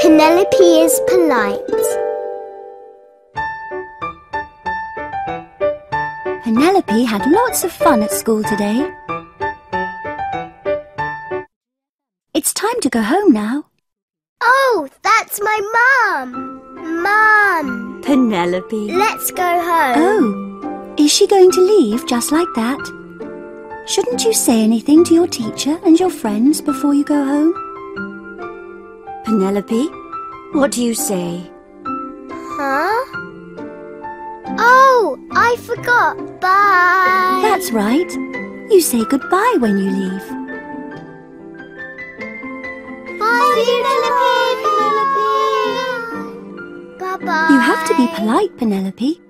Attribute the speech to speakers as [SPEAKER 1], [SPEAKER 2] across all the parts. [SPEAKER 1] Penelope is polite.
[SPEAKER 2] Penelope had lots of fun at school today. It's time to go home now.
[SPEAKER 1] Oh, that's my mum! Mum,
[SPEAKER 3] Penelope.
[SPEAKER 1] let's go home.
[SPEAKER 2] Oh, is she going to leave just like that? Shouldn't you say anything to your teacher and your friends before you go home?
[SPEAKER 3] Penelope, what do you say?
[SPEAKER 1] Huh? Oh, I forgot. Bye.
[SPEAKER 2] That's right. You say goodbye when you leave.
[SPEAKER 1] Bye, Penelope. Bye bye.
[SPEAKER 2] You have to be polite, Penelope.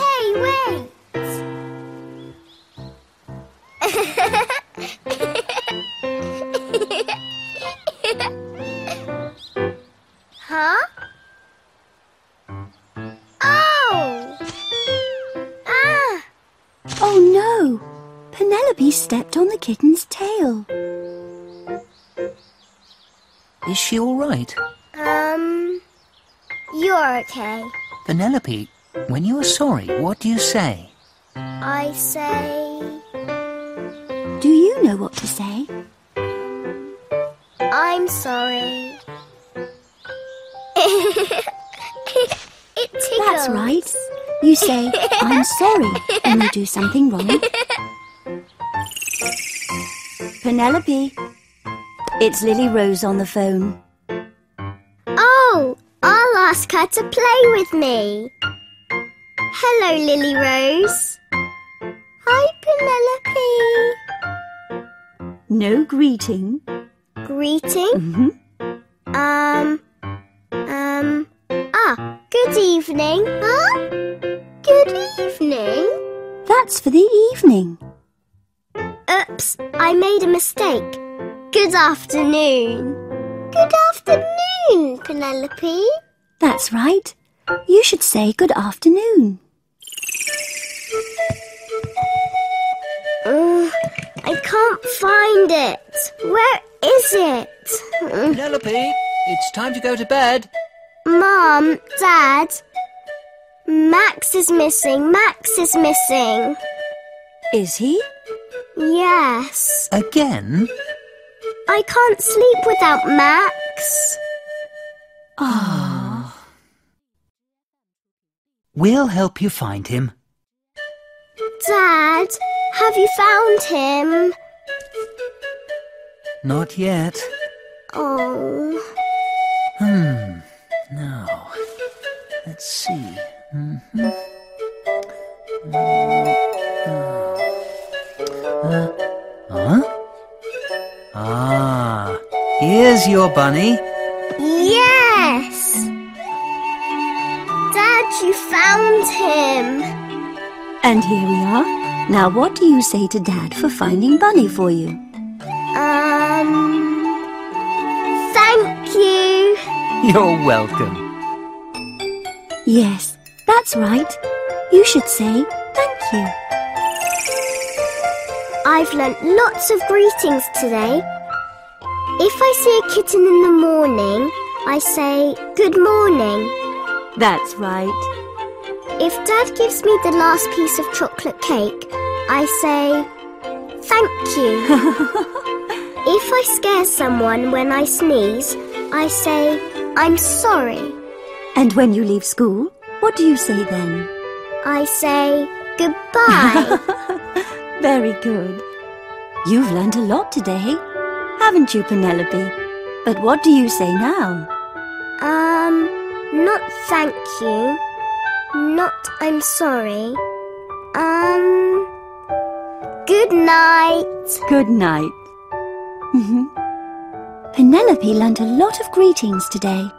[SPEAKER 1] Hey, wait. huh? Oh. Ah.
[SPEAKER 2] Oh no! Penelope stepped on the kitten's tail.
[SPEAKER 4] Is she all right?
[SPEAKER 1] Um. You're okay.
[SPEAKER 4] Penelope, when you are sorry, what do you say?
[SPEAKER 1] I say
[SPEAKER 2] Do you know what to say?
[SPEAKER 1] I'm sorry. it tickles.
[SPEAKER 2] That's right. You say, I'm sorry, when you do something wrong.
[SPEAKER 3] Penelope. It's Lily Rose on the phone.
[SPEAKER 1] Oh, I'll ask her to play with me. Hello, Lily Rose. Hi, Penelope.
[SPEAKER 3] No greeting.
[SPEAKER 1] Greeting.
[SPEAKER 2] Mm-hmm.
[SPEAKER 3] hmm
[SPEAKER 1] Um, um, ah, good evening. Huh? Good evening.
[SPEAKER 2] That's for the evening.
[SPEAKER 1] Oops, I made a mistake. Good afternoon. Good afternoon, Penelope.
[SPEAKER 2] That's right. You should say good afternoon.
[SPEAKER 1] Ugh, Uh, I can't find it. Where is it? Mm.
[SPEAKER 4] Penelope, it's time to go to bed.
[SPEAKER 1] Mom, Dad, Max is missing. Max is missing.
[SPEAKER 3] Is he?
[SPEAKER 1] Yes.
[SPEAKER 4] Again?
[SPEAKER 1] I can't sleep without Max.
[SPEAKER 4] We'll help you find him.
[SPEAKER 1] Dad, have you found him?
[SPEAKER 4] Not yet.
[SPEAKER 1] Oh.
[SPEAKER 4] Hmm. Now, let's see. Mhm. Uh, huh? Ah, here's your bunny.
[SPEAKER 1] Yes! Dad, you found him.
[SPEAKER 2] And here we are. Now, what do you say to Dad for finding Bunny for you?
[SPEAKER 1] Um. Thank you.
[SPEAKER 4] You're welcome.
[SPEAKER 2] Yes, that's right. You should say thank you.
[SPEAKER 1] I've learnt lots of greetings today. If I see a kitten in the morning, I say good morning.
[SPEAKER 3] That's right.
[SPEAKER 1] If Dad gives me the last piece of chocolate cake, I say thank you. if I scare someone when I sneeze, I say I'm sorry.
[SPEAKER 2] And when you leave school, what do you say then?
[SPEAKER 1] I say goodbye.
[SPEAKER 2] Very good. You've learnt a lot today, haven't you, Penelope? But what do you say now?
[SPEAKER 1] um, not thank you. Not I'm sorry. Um, good night.
[SPEAKER 3] Good night.
[SPEAKER 2] Mm-hmm. Penelope learnt a lot of greetings today.